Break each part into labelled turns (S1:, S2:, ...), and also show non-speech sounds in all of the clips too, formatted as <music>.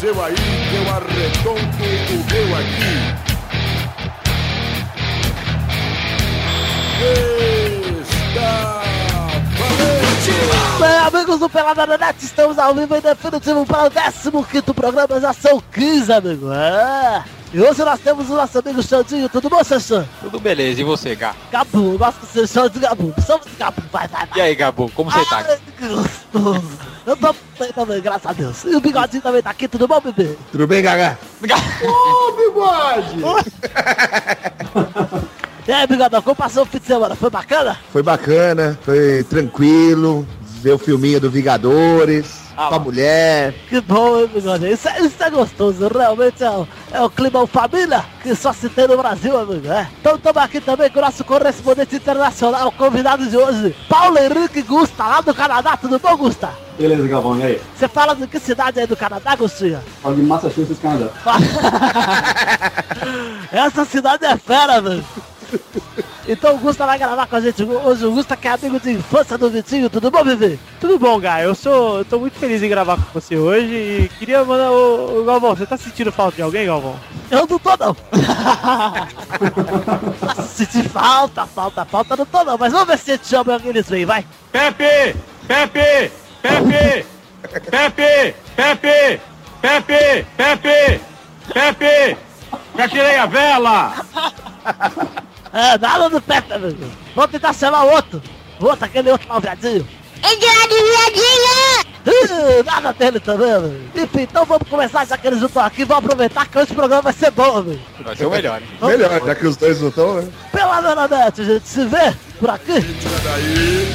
S1: seu aí, que eu arredonto o meu aqui. Está valente!
S2: Bem, amigos do Pelada na Net, estamos ao vivo e definitivo para o 15 programa, já são 15, amigo. É. E hoje nós temos o nosso amigo Xandinho, tudo bom, Xandinho?
S3: Tudo beleza, e você, Gá?
S2: Gabu, nosso Xandinho Gabu, somos Gabu, vai, vai, vai.
S3: E aí, Gabu, como você tá?
S2: Ai, que gostoso. Eu tô bem também, graças a Deus. E o bigodinho também tá aqui, tudo bom, bebê?
S4: Tudo bem, Gaga?
S1: Ô, bigode!
S2: <laughs> E aí, bigodão, como passou o fim de semana? Foi bacana?
S4: Foi bacana, foi tranquilo. Ver o filminho do Vingadores,
S3: Ah,
S4: com a
S3: lá.
S4: mulher.
S2: Que bom, hein, bigode? Isso, é- isso é gostoso, realmente é, o- é o clima família que só se tem no Brasil, amigo. É. Então estamos aqui também com o nosso correspondente internacional, convidado de hoje, Paulo Henrique Gusta, lá do Canadá. Tudo bom, Gusta?
S5: Beleza, Galvão, e aí?
S2: Você fala de que cidade aí do Canadá, Gustinha?
S5: Fala de Massachusetts, Canadá.
S2: <laughs> Essa cidade é fera, velho. Então o Gusta vai gravar com a gente hoje. O Gusta que é amigo de infância do Vitinho. Tudo bom, Vivi?
S6: Tudo bom, Gai? Eu sou. Eu tô muito feliz em gravar com você hoje e queria mandar o, Galvão, você tá sentindo falta de alguém, Galvão?
S2: Eu não tô, não. <laughs> Nossa, senti falta, falta, falta. Não tô, não. Mas vamos ver se a gente chama eles vêm, vai.
S6: Pepe! Pepe! Pepe! Pepe! Pepe! Pepe! Pepe! Pepe! Já tirei a vela!
S2: É, nada do Pepe, amigo. Vamos tentar chamar outro. Outro, aquele outro malvadinho.
S7: Eduardo Viadinha!
S2: Ih, nada dele também, amigo. Enfim, então vamos começar, já que eles não estão aqui. Vamos aproveitar que hoje o programa vai ser bom, amigo.
S4: Ah,
S3: Vai ser o melhor, né? hein?
S4: Melhor, já que os dois não estão, né?
S2: Pela Dona Beth, a gente se vê por aqui.
S1: Tira daí!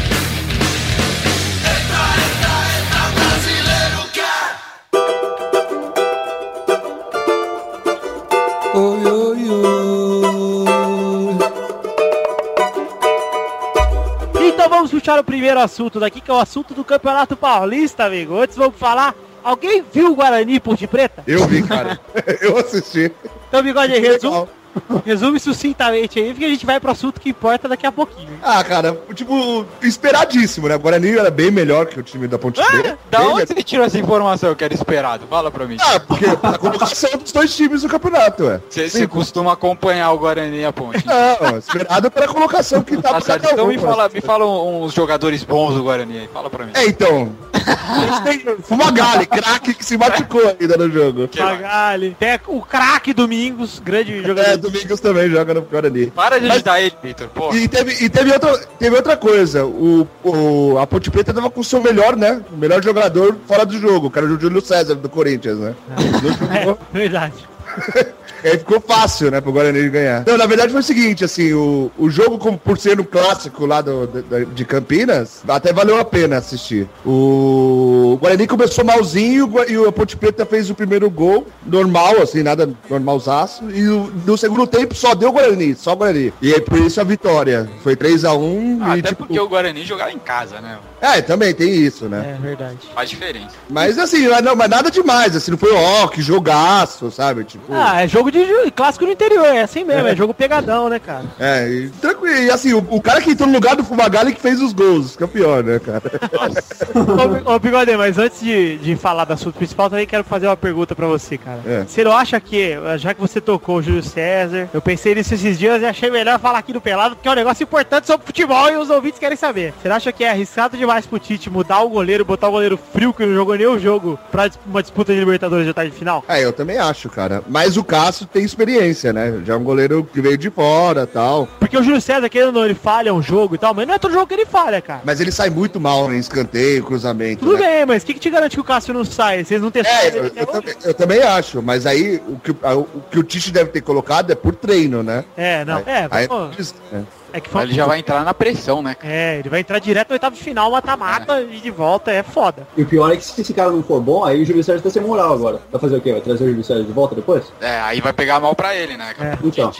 S8: Oi, oi, oi.
S6: Então vamos puxar o primeiro assunto daqui, que é o assunto do Campeonato Paulista, amigo. Antes vamos falar. Alguém viu o Guarani e Ponte Preta?
S4: Eu
S3: <laughs>
S4: vi, cara. Eu assisti.
S6: Então, bigode, resume,
S4: Legal.
S6: resume sucintamente aí, porque a gente vai pro assunto que importa daqui a pouquinho.
S4: Ah, cara, tipo, esperadíssimo, né? O Guarani era bem melhor que o time da Ponte Preta.
S3: Ah, Da
S4: Bem
S3: onde
S4: melhor.
S3: você tirou essa informação que era esperado? Fala pra mim.
S4: Ah, porque a colocação dos dois times do campeonato, ué.
S3: Você você costuma acompanhar o Guarani e a ponte.
S4: Não, esperado pela colocação que tá
S3: Tá
S4: pra
S3: certo,
S4: cada
S3: então
S4: um,
S3: me
S4: né?
S3: fala, me fala um- uns jogadores bons do Guarani aí, fala pra mim.
S4: É, então. Fumagalli, craque que se machucou ainda no jogo.
S3: Que lá.
S6: Magali. Tem o craque Domingos, grande jogador.
S4: É, Domingos também joga no Guarani.
S3: Para de ajudar ele, Vitor, pô.
S4: E teve, e teve, outra, teve outra coisa, o, o- a Ponte Preta tava com o seu melhor, né? O melhor jogador fora do jogo, que era o Júlio César do Corinthians, né? Não jogou.
S6: É, verdade.
S4: Aí É, ficou fácil, né, pro Guarani ganhar. Não, na verdade foi o seguinte, assim, o, o jogo, como por ser um clássico lá do, da- de Campinas, até valeu a pena assistir. O, Guarani começou malzinho o Gua- e a Ponte Preta fez o primeiro gol, normal, assim, nada normalzaço. E o- no segundo tempo só deu Guarani, só Guarani. E aí por isso a vitória. Foi 3x1
S3: Ah,
S4: e
S3: até
S4: tipo,
S3: porque o Guarani jogava em casa, né?
S4: É, também tem isso, né?
S6: É verdade.
S3: Faz diferença.
S4: Mas assim, não, mas nada demais, assim, não foi, ó, que jogaço, sabe? Tipo.
S6: Ah, é jogo de ju- clássico no interior, é assim mesmo, é jogo pegadão, né, cara?
S4: É, e tranquilo. E assim, o, o cara que entrou no lugar do Fumagalli que fez os gols, campeão, né, cara?
S6: ô, Bi- ô, Bigode, mas antes de, de falar do assunto principal, também quero fazer uma pergunta pra você, cara.
S4: É.
S6: Você não acha que, já que você tocou o Júlio César, eu pensei nisso esses dias e achei melhor falar aqui no Pelado, porque é um negócio importante sobre futebol e os ouvintes querem saber. Você não acha que é arriscado demais pro Tite mudar o goleiro, botar o goleiro frio que não jogou nem o jogo pra dis- uma disputa de Libertadores de tarde de final?
S4: <laughs> É, eu também acho, cara. Mas o Cássio tem experiência, né? Já é um goleiro que veio de fora tal.
S6: Porque o Júlio César, querendo ou não, ele falha um jogo e tal, mas não é todo jogo que ele falha, cara.
S4: Mas ele sai muito mal em escanteio, cruzamento.
S6: Tudo
S4: né?
S6: bem, mas o que, que te garante que o Cássio não sai? Vocês não testaram
S4: É,
S6: ele
S4: eu,
S6: até
S4: eu
S6: hoje?
S4: também, eu também acho, mas aí o que, a- o que o Tite deve ter colocado é por treino, né?
S6: É, não. É,
S4: Aí- né?
S6: pô,
S4: aí-
S6: é que foi...
S3: Mas ele já vai entrar na pressão, né? cara?
S6: É, ele vai entrar direto no oitavo de final, mata-mata e de volta, é foda.
S5: E o pior é que se esse cara não for bom, aí o Júlio Sérgio tá sem moral agora. Vai fazer o quê? Vai trazer o Júlio Sérgio de volta depois?
S3: É, aí vai pegar mal pra ele, né?
S4: É.
S3: cara?
S5: Então,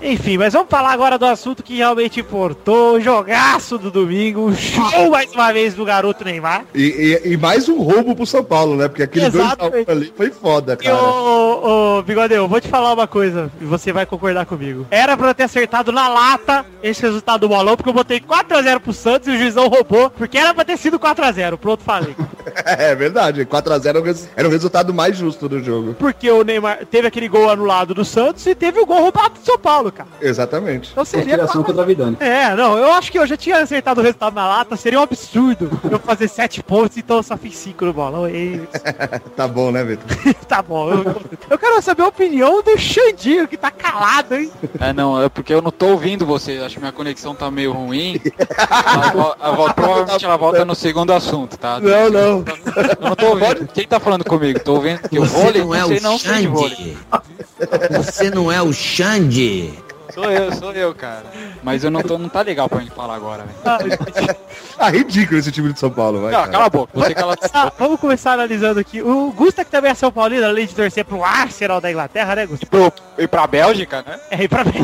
S6: É. Enfim, mas vamos falar agora do assunto que realmente importou, o jogaço do domingo, o show mais uma vez do garoto Neymar.
S4: E, e- e mais um roubo pro São Paulo, né? Porque aquele 2
S6: Exatamente.
S4: ali foi foda,
S6: E
S4: cara. <laughs>
S6: ô, ô, Bigode, eu vou te falar uma coisa, e você vai concordar comigo. Era pra eu ter acertado na lata esse resultado do bolão, porque eu botei 4x0 pro Santos e o juizão roubou, porque era pra ter sido 4x0. Pronto, falei.
S4: É verdade, 4x0 era é o resultado mais justo do jogo.
S6: Porque o Neymar teve aquele gol anulado do Santos e teve o gol roubado do São Paulo, cara.
S4: Exatamente.
S6: Então seria.
S5: Conspiração contra a Vidani.
S6: É, não, eu acho que eu já tinha acertado o resultado na lata, seria um absurdo eu fazer 7 pontos, então eu só fiz 5 no bolão. E... <laughs>
S4: Tá bom, né, Vitor? <laughs>
S6: tá bom, eu, eu quero saber a opinião do Xandinho, que tá calado, hein?
S3: É, não, é porque eu não tô ouvindo vocês. Acho que minha conexão tá meio
S4: <laughs>
S3: ruim. Ela vo- ela volta- provavelmente ela volta no segundo assunto, tá?
S4: Não, não.
S3: Eu não tô ouvindo. Quem tá falando comigo? Tô ouvindo que o
S9: Você
S3: vôlei,
S9: não é
S3: sei, não
S9: o
S3: sei de vôlei.
S9: Xande. Você não é o Xande.
S3: Sou eu, sou eu, cara. Mas eu não tô, não tá legal pra gente falar agora, velho.
S4: Ah, ridículo esse time de São Paulo, vai.
S3: Não,
S4: cara.
S3: cala a boca. Você tá cala
S6: Ah, vamos começar analisando aqui. O Gusta, que também é São Paulino, além de torcer pro Arsenal da Inglaterra, né, Gusta?
S3: e pro, e pra Bélgica, né?
S6: É, e pra mim.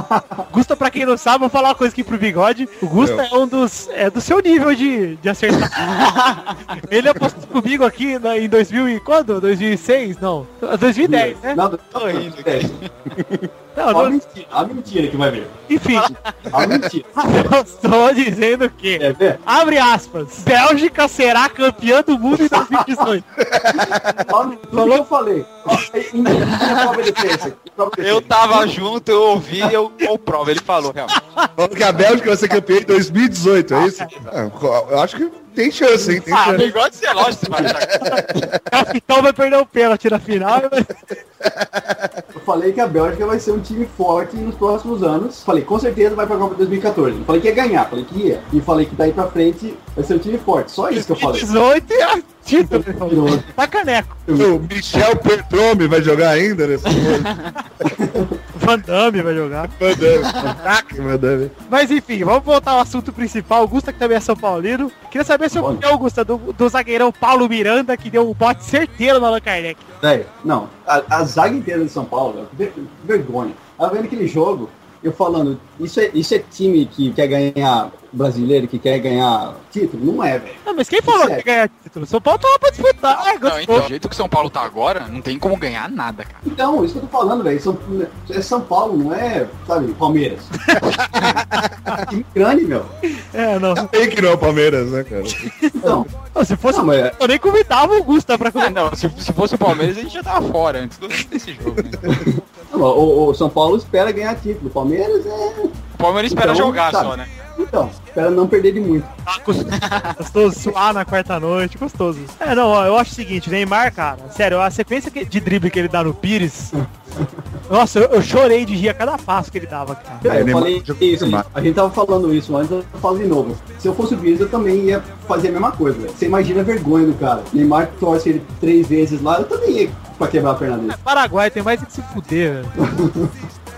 S6: <laughs> Gusta, pra quem não sabe, vou falar uma coisa aqui pro bigode. O Gusta é um dos. É do seu nível de, de acertar. Ele apostou comigo aqui na- em 2000 e quando? 2006? Não. 2010, né?
S5: Nada,
S3: Tô rindo,
S6: Não,
S5: a,
S6: não-
S5: É, mentira, a mentira que vai ver.
S6: enfim,
S5: A mentira.
S6: apostou dizendo que.
S5: Quer ver?
S6: Abre aspas. Bélgica será campeã do mundo em 2018.
S5: Olha tudo que eu falei. Olha, em- em- em prova de defesa, em prova de
S3: Eu
S5: defesa.
S3: tava junto, eu ouvi, eu comprova. Ele falou, realmente.
S4: Falando que a Bélgica vai ser campeã em 2018, é isso? Ah, eu acho que tem chance, hein? Tem
S3: Ah,
S4: chance.
S3: bigode você é lógico, você vai achar.
S6: O <laughs> capitão Então vai perder o pênalti na final. né? e vai-
S5: Eu falei que a Bélgica vai ser um time forte nos próximos anos. Falei, com certeza vai pra Copa de 2014. Não Falei que ia ganhar, falei que ia. E falei que daí pra frente vai ser um time forte. Só isso que eu falei.
S6: 18 e é a título.
S5: <laughs>
S6: meu irmão. Tá caneco.
S4: O Michel Petrome vai jogar ainda nesse
S6: Van Damme vai jogar.
S4: Mandame. Mandame.
S6: Mas enfim, vamos voltar ao assunto principal. O Gusta, que também é São Paulino. Queria saber se eu
S5: Olha.
S6: opinião, Gusta, do, do zagueirão Paulo Miranda, que deu um bote certeiro no Allan Kardec.
S5: Velho, não. A, a zaga inteira de São Paulo, velho, ver- vergonha. Tava vendo aquele jogo, eu falando, isso é, isso é time que quer ganhar brasileiro, que quer ganhar título? Não é, velho.
S6: Não, Ah, mas quem falou que
S5: Certo.
S6: ia ganhar título? São Paulo tava pra disputar. Ah,
S3: Não,
S6: gostou.
S3: então, do jeito que o São Paulo tá agora, não tem como ganhar nada, cara.
S5: Então, isso que eu tô falando, velho. São- É São Paulo, não é, sabe, Palmeiras. <laughs> time grande, meu.
S6: É, não.
S4: Tem que não, Palmeiras, né, cara?
S5: Então,
S6: Não, se fosse.
S5: não, mas
S6: Eu nem convidava o Gusta pra
S3: Ah, <laughs>
S6: comer.
S3: não, se, se fosse o Palmeiras, a gente já tava fora antes do- desse jogo. Né?
S5: não, o, o São Paulo espera ganhar título. O Palmeiras é.
S3: O Palmeiras espera
S5: Então,
S3: jogar
S5: sabe.
S3: só, né?
S5: Então, espera não perder de muito.
S6: Gostoso, suar na quarta-noite, gostoso. É, não, ó, eu acho o seguinte, o Neymar, cara, sério, a sequência que- de drible que ele dá no <laughs> Pires. Nossa, eu, eu chorei de rir a cada passo que ele dava, cara.
S5: Eu
S4: É, Neymar-
S5: falei isso, gente. a gente tava falando isso antes, eu falo de novo. Se eu fosse o Pires, eu também ia fazer a mesma coisa, velho. Você imagina a vergonha do cara. Neymar torce ele três vezes lá, eu também ia pra quebrar a perna dele.
S6: Paraguai tem mais é que se fuder, velho.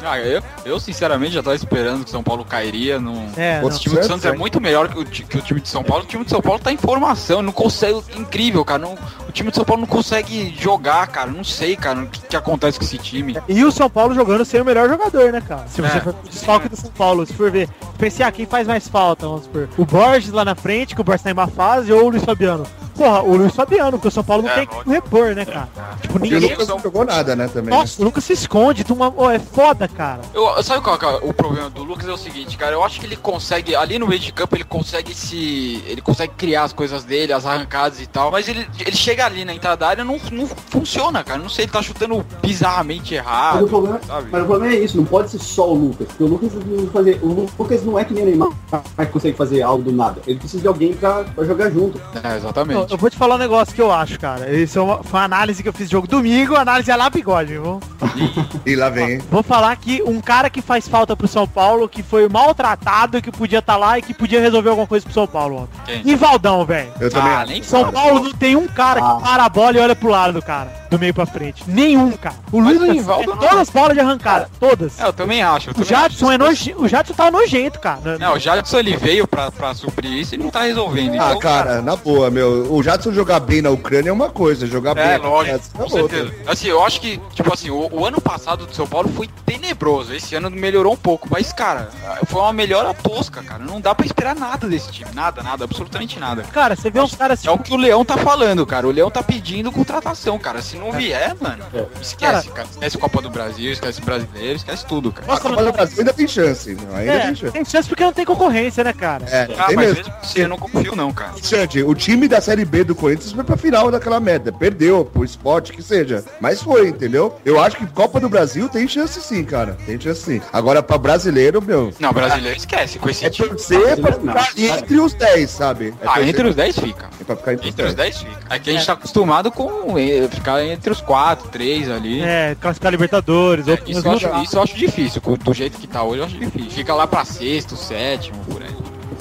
S3: Ah, eu, eu sinceramente já tava esperando que o São Paulo cairia num.
S6: É,
S4: Pô,
S6: não.
S3: O time do Santos é muito melhor que o, ti- que o time de São Paulo. O time de São Paulo tá em formação, não consegue. Incrível, cara. não- o time de São Paulo não consegue jogar, cara. Não sei, cara, o que, que acontece com esse time.
S6: E o São Paulo jogando sem o melhor jogador, né, cara? Se você
S3: É.
S6: for pro desfalque do São Paulo, se for ver, pensei, ah, quem faz mais falta, vamos supor. O Borges lá na frente, que o Borges tá em má fase, ou o Luiz Fabiano. Porra, o Luiz Fabiano, porque o São Paulo não
S3: É,
S6: tem
S3: ótimo.
S6: que repor, né, cara?
S4: E
S6: Tipo,
S4: o
S6: ninguém.
S4: Lucas não jogou nada, né, também. né?
S6: Nossa, o Lucas se esconde, de uma... Ó, é foda, cara.
S3: Eu, sabe qual que é o problema do Lucas? É o seguinte, cara. Eu acho que ele consegue, ali no meio de campo, ele consegue se. Ele consegue criar as coisas dele, as arrancadas e tal. Mas ele, ele chega ali na entrada da área não, não funciona, cara. Não sei, ele tá chutando bizarramente
S5: Mas o,
S3: errado.
S5: problema,
S3: sabe?
S5: mas o problema é isso, não pode ser só o Lucas. Porque o Lucas não fazer. O Lu- Lucas não é que nem o Neymar que consegue fazer algo do nada. Ele precisa de alguém pra, pra jogar junto.
S3: É,
S6: Eu,
S3: exatamente.
S6: eu vou te falar um negócio que eu acho, cara. Isso é uma, foi uma análise que eu fiz de jogo domingo, análise é lá bigode, viu?
S4: E lá vem, hein?
S6: Vou falar que um cara que faz falta pro São Paulo, que foi maltratado, que podia estar lá e que podia resolver alguma coisa pro São Paulo ontem.
S3: Quem?
S6: E Valdão, velho.
S4: Eu também.
S3: Ah,
S4: acho.
S3: nem
S6: São
S3: fala.
S6: Paulo não tem um cara
S5: Ah.
S6: que para a bola e olha pro lado do cara, do meio pra frente. Nenhum, cara. O
S3: Mas
S6: Lucas
S3: o Rivaldo
S6: é
S3: não.
S6: todas as bolas de arrancada, todas.
S3: É, eu também acho. eu
S6: o
S3: também
S6: Jadson
S3: acho.
S6: é nojento, o Jadson tá nojento, cara.
S3: Não, o Jadson ele veio pra, pra suprir isso e não tá resolvendo.
S4: Ah,
S3: então,
S4: cara, na boa, meu. O Jadson jogar bem na Ucrânia é uma coisa, jogar bem
S3: É,
S4: na
S3: lógico,
S4: França é
S3: com
S4: outra.
S3: certeza. Assim, eu acho que, tipo assim, o, o ano passado do São Paulo foi tenebroso. Esse ano melhorou um pouco, mas, cara, foi uma melhora tosca, cara. Não dá pra esperar nada desse time. Nada, nada, absolutamente nada.
S6: Cara, você vê uns caras
S3: É o que o Leão tá falando, cara. O Leão tá pedindo contratação, cara. Se não vier, mano,
S4: É.
S3: esquece, cara. Esquece Copa do Brasil, esquece brasileiro, esquece tudo, cara.
S6: Nossa,
S4: a Ah, Copa do Brasil ainda tem chance, meu, ainda
S6: É,
S4: tem chance.
S6: tem chance porque não tem concorrência, né, cara?
S4: É,
S3: Ah,
S4: tem
S3: mas
S4: mesmo.
S3: mesmo assim, eu não confio não, cara.
S4: Xande, o time da Série B do Corinthians foi pra final daquela merda. Perdeu pro esporte, que seja. Mas foi, entendeu? Eu acho que Copa do Brasil tem chance sim, cara. Tem chance sim. Agora, pra brasileiro, meu,
S3: Não, brasileiro esquece, com esse
S4: é
S3: time.
S4: torcer pra
S5: Não,
S4: ficar
S5: sabe?
S4: entre os 10, sabe? É
S3: Ah,
S4: torcer
S3: entre os 10 fica.
S4: pra ficar entre os
S3: Entre os
S4: 10.
S3: 10 fica. É que a gente tá acostumado com eh, ficar entre os 4, 3 ali.
S6: É, classificar Libertadores,
S3: É,
S6: outros
S3: Isso, eu acho, isso eu acho difícil, com- do jeito que tá hoje eu acho difícil. Fica lá pra sexto, sétimo, por aí.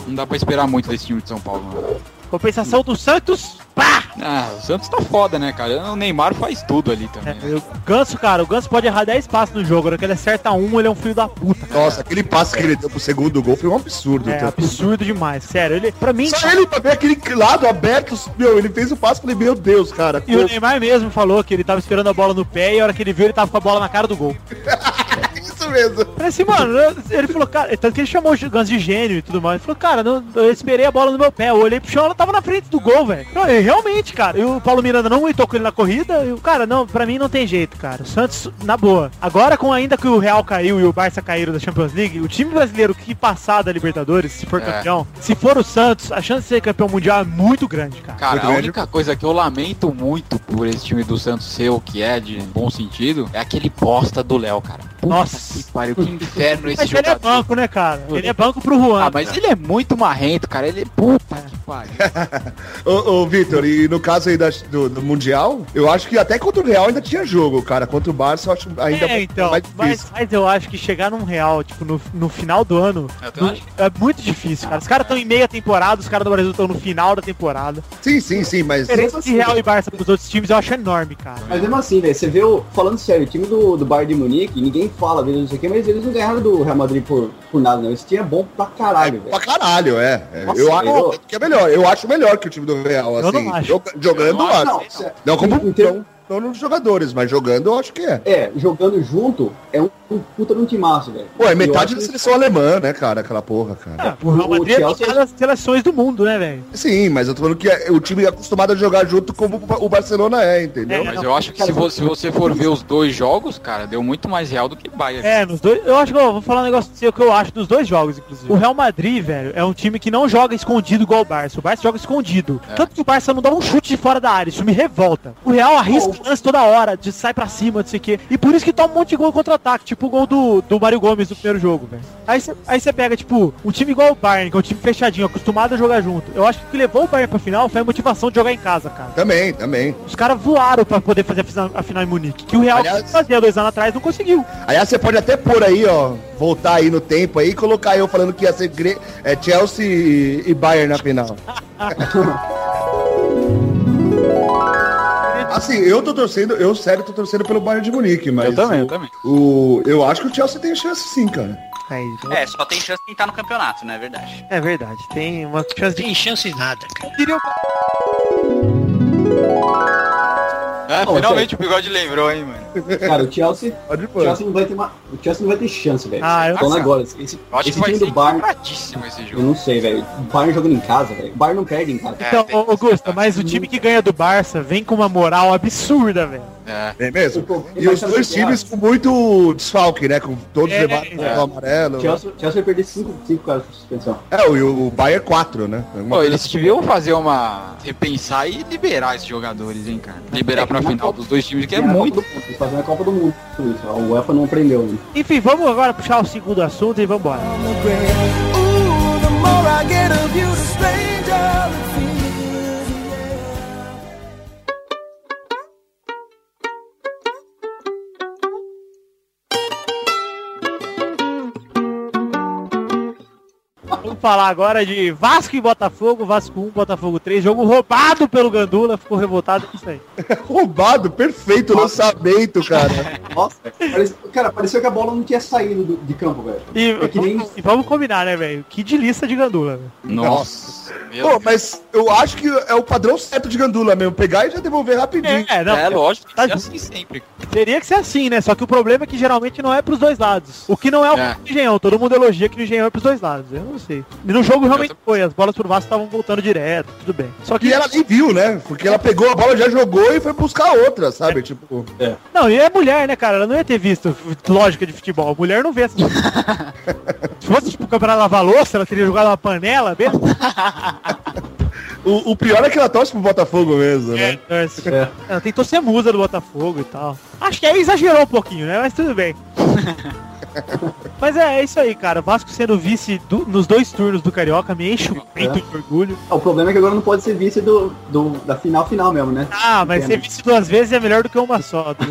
S3: Não dá pra esperar muito desse time de São Paulo, não.
S6: Compensação do Santos, pá!
S3: Ah, o Santos tá foda, né, cara? O Neymar faz tudo ali também. né?
S6: É, o Ganso, cara, o Ganso pode errar 10 passos no jogo, né? Que ele acerta um, ele é um filho da puta.
S4: Nossa, aquele passe que ele deu pro segundo gol foi um absurdo.
S6: É
S4: então.
S6: absurdo demais, sério. Ele, pra mim,
S4: Só ele pra ver aquele lado aberto, meu, ele fez o passe e falei, meu Deus, cara.
S6: e o Neymar mesmo falou que ele tava esperando a bola no pé e a hora que ele viu, ele tava com a bola na cara do gol.
S4: <laughs> isso mesmo.
S6: Falei assim, mano, eu- ele falou, cara, tanto que ele chamou o Ganso de gênio e tudo mais. Ele falou, cara, não- eu esperei a bola no meu pé, eu olhei pro chão, ela tava na frente do gol, velho. Não, é, Realmente, cara, e o Paulo Miranda não aguentou com ele na corrida, e o cara, não, pra mim não tem jeito, cara. O Santos, na boa. Agora, com ainda que o Real caiu e o Barça caíram da Champions League, o time brasileiro que passar da Libertadores, se for
S3: É.
S6: campeão, se for o Santos, a chance de ser campeão mundial é muito grande, cara.
S3: Cara,
S4: Muito
S3: a
S4: grande.
S3: única coisa que eu lamento muito por esse time do Santos ser o que é, de bom sentido, é aquele bosta do Léo, cara. Puta
S6: Nossa.
S3: que pariu, que inferno esse
S6: <laughs> Mas ele é
S3: jogador.
S6: banco, né, cara? Ele é banco pro Juan.
S3: Ah, mas ele é muito marrento, cara. Ele é puta que pariu.
S4: Ô, ô Vitor, e no caso aí da- do, do Mundial, eu acho que até contra o Real ainda tinha jogo, cara. Contra o Barça eu acho ainda
S6: é, então,
S4: mais
S6: mas,
S4: difícil.
S6: mas eu acho que chegar num real, tipo, no, no final do ano,
S3: Eu também
S6: não- é muito difícil, cara. Os caras estão em meia temporada, os caras do Brasil estão no final da temporada.
S4: Sim, sim, sim, mas...
S6: A diferença de Real e Barça pros outros times eu acho enorme, cara.
S5: Mas mesmo assim, velho, você vê o. Falando sério, o time do, do Bayern de Munique, ninguém fala, viu, não sei o quê, mas eles não ganharam do Real Madrid por, por nada, não. Esse time é bom pra caralho,
S4: Pra
S5: velho.
S4: caralho, é. É,
S5: Nossa,
S4: eu acho
S5: melhor.
S4: que é melhor. Eu acho melhor que o time do Real,
S6: Eu
S4: assim.
S6: não acho.
S4: Joga- jogando, eu acho. Não,
S5: sério.
S4: como
S5: Em- em termos-
S4: não, não nos jogadores, mas jogando eu acho que é.
S5: É, jogando junto é um, um puta de um timaço, velho.
S4: Pô, é
S5: Eu
S4: metade
S5: acho
S4: da
S5: que-
S4: seleção alemã, né, cara? Aquela porra, cara.
S6: Ah, o Real
S5: o
S6: Madrid é
S5: Chelsea-
S6: uma das seleções do mundo, né, velho?
S4: Sim, mas eu tô falando que é- o time é acostumado a jogar junto como o Barcelona é, entendeu?
S6: É,
S3: Mas eu acho que se você, se você for ver os dois jogos, cara, deu muito mais real do que Bayern.
S6: É, nos dois. Eu acho que eu vou falar um negócio seu que eu acho dos dois jogos, inclusive. O Real Madrid, velho, é um time que não joga escondido igual o Barça. O Barça joga escondido.
S3: É.
S6: Tanto que o Barça não dá um chute de fora da área, isso me revolta. O Real arrisca o lance toda hora, de sai pra cima, não sei o quê. E por isso que toma um monte de gol contra-ataque, tipo o gol do, do Mário Gomes no primeiro jogo, velho. Aí você aí você pega, tipo, um time igual o Bayern, que é um time fechadinho, acostumado a jogar junto. Eu acho que o que levou o Bayern pra final foi a motivação de jogar em casa, cara.
S4: Também, também.
S6: Os caras voaram pra poder fazer a final, a final em Munique. Que o Real
S4: Aliás-
S6: fazia dois anos atrás não conseguiu.
S4: Aliás, você pode até pôr aí, ó, voltar aí no tempo aí e colocar eu falando que ia ser Gre- é, Chelsea e- e Bayern
S3: <laughs>
S4: na final. assim, eu tô torcendo, eu sério tô torcendo pelo Bayern de Munique, mas...
S3: Eu também,
S4: o,
S3: eu também.
S4: o- eu acho que o Chelsea tem chance sim, cara.
S10: É, só tem chance de quem tá no campeonato, não é verdade?
S6: É verdade, tem uma chance de
S11: Tem chance de nada, cara.
S3: É, finalmente o bigode lembrou, hein, mano.
S5: Cara, o Chelsea,
S4: Pode
S5: o Chelsea não vai ter uma, o Chelsea não vai ter chance, velho.
S6: Ah, eu-
S5: Falando agora, esse, esse
S3: Eu acho que vai
S5: time
S3: ser
S5: do Bayern,
S3: empatíssimo esse
S5: eu
S3: jogo.
S5: não sei, velho. O Bayern jogando em casa, velho. O Bayern não perde em casa.
S3: É,
S6: Então,
S3: tem-
S6: ô, ô, Gusta, mas o time que ganha do Barça vem com uma moral absurda, velho.
S3: É.
S4: É mesmo?
S5: O problema
S4: E
S5: é
S4: os
S5: que
S4: dois
S5: é-
S4: times com muito desfalque, né? Com todos
S6: É,
S4: levados
S6: é.
S4: com o amarelo.
S5: O Chelsea, o Chelsea vai perder 5 caras de suspensão.
S4: É, o, e o Bayern 4, né? Alguma
S3: Pô,
S4: coisa <laughs>
S3: eles deviam fazer uma. repensar e liberar esses jogadores, hein, cara. Liberar pra
S5: na
S3: final
S5: Copa-
S3: dos dois times, que é
S5: na Copa
S3: muito.
S5: do Mundo, Eles fazem na Copa do Mundo. Isso. A UEFA não aprendeu. Né?
S6: Enfim, vamos agora puxar o segundo assunto e vambora. Vamos falar agora de Vasco e Botafogo, Vasco 1, Botafogo 3, jogo roubado pelo Gandula, ficou revoltado com isso aí.
S4: Roubado, perfeito lançamento, cara.
S3: <laughs>
S5: Nossa, parece- cara, pareceu que a bola não tinha saído do- de campo, velho.
S6: E,
S5: É que nem-
S6: e vamos combinar, né, velho? Que de lista de Gandula, velho.
S3: Nossa. Meu
S4: Pô, mas eu acho que é o padrão certo de gandula mesmo. Pegar e já devolver rapidinho.
S6: É, não,
S3: é, lógico,
S6: tá
S3: é assim sempre.
S6: Teria que ser assim, né? Só que o problema é que geralmente não é pros dois lados. O que não é o
S3: É.
S6: caso do Engenhão. Todo mundo elogia que o Engenhão é pros dois lados. Eu não sei. E no jogo realmente foi. As bolas pro Vasco estavam voltando direto, tudo bem. Só que...
S4: E ela nem viu, né? Porque ela pegou a bola, já jogou e foi buscar outra, sabe? Tipo.
S6: Não, e é mulher, né, cara? Ela não ia ter visto f- lógica de futebol. Mulher não vê essas
S4: <laughs>
S6: coisas. Se fosse, tipo, o campeonato lavar louça, ela teria jogado uma panela mesmo.
S4: O, o pior é que ela torce pro Botafogo mesmo, né?
S6: Torce. É. Ela tentou ser musa do Botafogo e tal. Acho que aí exagerou um pouquinho, né? Mas tudo bem. Mas é, é isso aí, cara. O Vasco sendo vice do- nos dois turnos do Carioca me enche o peito de orgulho.
S5: Ah, O problema é que agora não pode ser vice do, do- da final final mesmo, né?
S6: Ah, mas ser vice duas vezes é melhor do que uma só. Du.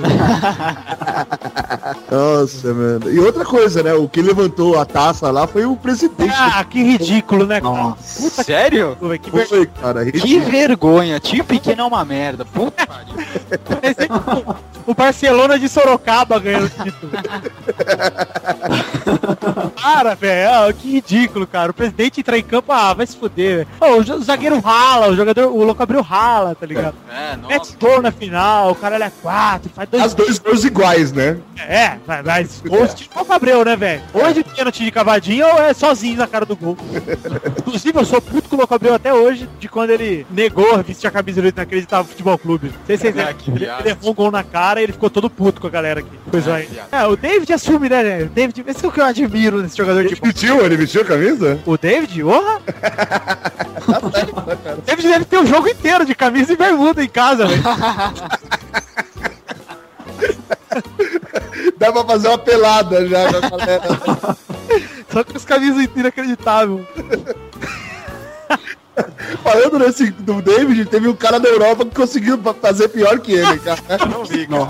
S4: Nossa, mano. E outra coisa, né? O que levantou a taça lá foi o presidente.
S6: ah, que ridículo, né, cara?
S5: Nossa.
S3: Sério?
S6: Pô, Que vergonha.
S4: Foi, cara.
S3: Que vergonha. Tio Pequeno é uma merda. Puta que pariu.
S6: Mas é tipo o Barcelona de Sorocaba ganhando o título. Para, velho. Ah, Que ridículo, cara. O presidente entra em campo, ah, vai se fuder, velho. Ô, o jo- o zagueiro rala, o jogador, o louco abriu rala, tá ligado?
S3: É,
S6: Mete
S3: nossa.
S6: gol na final, o cara é quatro, faz dois.
S4: As dois gols iguais, né?
S6: É, vai, vai. Gols de pau Gabriel, né, velho? Ou é de pênalti de cavadinha ou é sozinho na cara
S3: <laughs>
S6: do gol. Inclusive, eu sou puto com o louco Abreu até hoje, de quando ele negou vestir a camisa do inacreditável futebol clube. Não sei se vocês
S3: Ah,
S6: lembram.
S3: que
S6: Ele,
S3: viagem.
S6: ele levou um gol na cara e ele ficou todo puto com a galera aqui. Coisa
S3: Ah,
S6: aí.
S3: viado.
S6: É, o David assume, né, né? O David, esse é o que eu admiro nesse jogador de
S4: Ele
S6: futebol.
S4: vestiu, ele vestiu a camisa?
S6: O
S3: <laughs>
S6: David, porra! O David deve ter o jogo inteiro de camisa e bermuda em
S3: <laughs>
S6: casa, velho.
S4: Dá pra fazer uma pelada já com a galera. <laughs>
S6: Só com as camisas inacreditáveis.
S4: Falando nesse, do David, teve um cara da Europa que conseguiu fa- fazer pior que ele, cara.
S3: Não vi, cara.